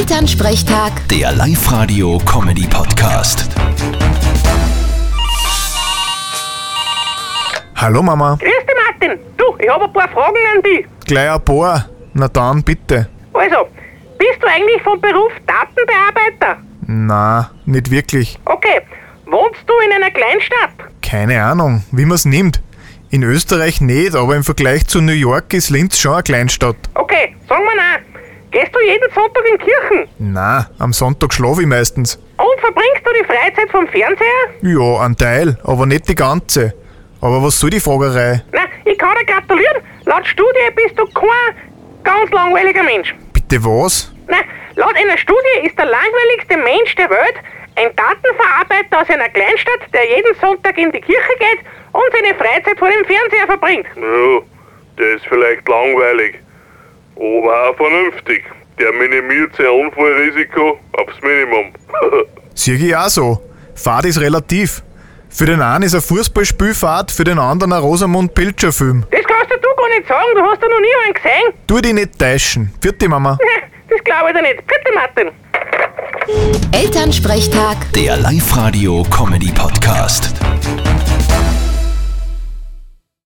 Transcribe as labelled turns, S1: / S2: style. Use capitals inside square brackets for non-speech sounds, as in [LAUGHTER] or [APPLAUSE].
S1: Elternsprechtag,
S2: Der Live-Radio-Comedy-Podcast.
S3: Hallo Mama,
S4: Grüß dich, Martin. Du, ich habe ein paar Fragen an dich.
S3: gleich ein paar. Na dann bitte.
S4: Also, bist du eigentlich vom Beruf Datenbearbeiter?
S3: Na, nicht wirklich.
S4: Okay, wohnst du in einer Kleinstadt?
S3: Keine Ahnung, wie man's nimmt. In Österreich nicht, aber im Vergleich zu New York ist Linz schon eine Kleinstadt.
S4: Okay, sagen wir nein. Gehst du jeden Sonntag in die Kirchen?
S3: Na, am Sonntag schlafe ich meistens.
S4: Und verbringst du die Freizeit vom Fernseher?
S3: Ja, ein Teil, aber nicht die ganze. Aber was soll die Fragerei?
S4: Na, ich kann dir gratulieren. Laut Studie bist du kein ganz langweiliger Mensch.
S3: Bitte was?
S4: Na, laut einer Studie ist der langweiligste Mensch der Welt ein Datenverarbeiter aus einer Kleinstadt, der jeden Sonntag in die Kirche geht und seine Freizeit vor dem Fernseher verbringt.
S5: Ja, der ist vielleicht langweilig, aber auch vernünftig. Der minimiert sein Unfallrisiko aufs Minimum. [LAUGHS]
S3: Sieh ich auch so. Fahrt ist relativ. Für den einen ist ein Fußballspielfahrt, für den anderen ein Rosamund-Pilcher-Film.
S4: Das kannst du gar nicht sagen, du hast ja noch nie einen gesehen. [LAUGHS]
S3: Tu dich nicht täuschen. Vierte Mama.
S4: Das glaube ich dir nicht. Bitte, Martin.
S1: Elternsprechtag.
S2: Der Live-Radio-Comedy-Podcast.